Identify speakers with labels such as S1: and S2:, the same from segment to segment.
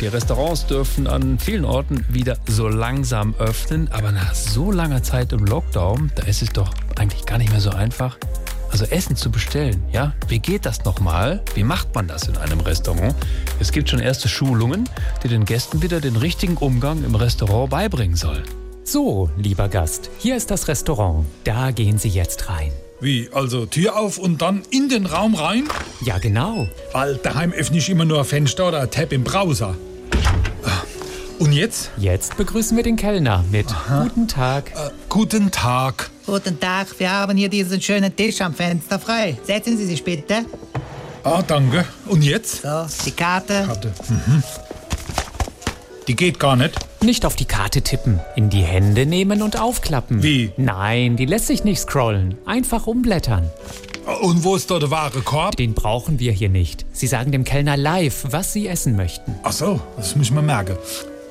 S1: Die Restaurants dürfen an vielen Orten wieder so langsam öffnen, aber nach so langer Zeit im Lockdown, da ist es doch eigentlich gar nicht mehr so einfach, also Essen zu bestellen. Ja, wie geht das nochmal? Wie macht man das in einem Restaurant? Es gibt schon erste Schulungen, die den Gästen wieder den richtigen Umgang im Restaurant beibringen sollen.
S2: So, lieber Gast, hier ist das Restaurant. Da gehen Sie jetzt rein.
S3: Wie, also Tür auf und dann in den Raum rein?
S2: Ja, genau.
S3: Weil daheim öffne ich immer nur ein Fenster oder ein Tab im Browser. Ah. Und jetzt?
S2: Jetzt begrüßen wir den Kellner mit Guten Tag.
S3: Äh, guten Tag.
S4: Guten Tag, wir haben hier diesen schönen Tisch am Fenster frei. Setzen Sie sich bitte.
S3: Ah, danke. Und jetzt?
S4: So, die Karte.
S3: Warte. Mhm. Die geht gar nicht.
S2: Nicht auf die Karte tippen, in die Hände nehmen und aufklappen.
S3: Wie?
S2: Nein, die lässt sich nicht scrollen. Einfach umblättern.
S3: Und wo ist da der wahre Korb?
S2: Den brauchen wir hier nicht. Sie sagen dem Kellner live, was Sie essen möchten.
S3: Ach so, das muss man merken.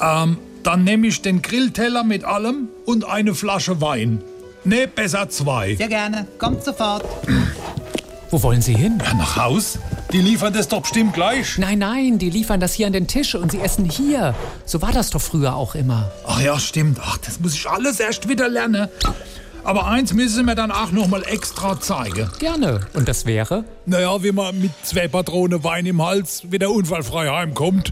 S3: Ähm, dann nehme ich den Grillteller mit allem und eine Flasche Wein. Ne, besser zwei.
S4: Sehr gerne, kommt sofort.
S2: Wo wollen Sie hin?
S3: Äh, Nach Haus? Die liefern das doch bestimmt gleich.
S2: Nein, nein, die liefern das hier an den Tisch und Sie essen hier. So war das doch früher auch immer.
S3: Ach ja, stimmt. Ach, das muss ich alles erst wieder lernen. Aber eins müssen sie mir dann auch nochmal extra zeigen.
S2: Gerne. Und das wäre?
S3: Naja, wie man mit zwei Patronen Wein im Hals wieder unfallfrei heimkommt.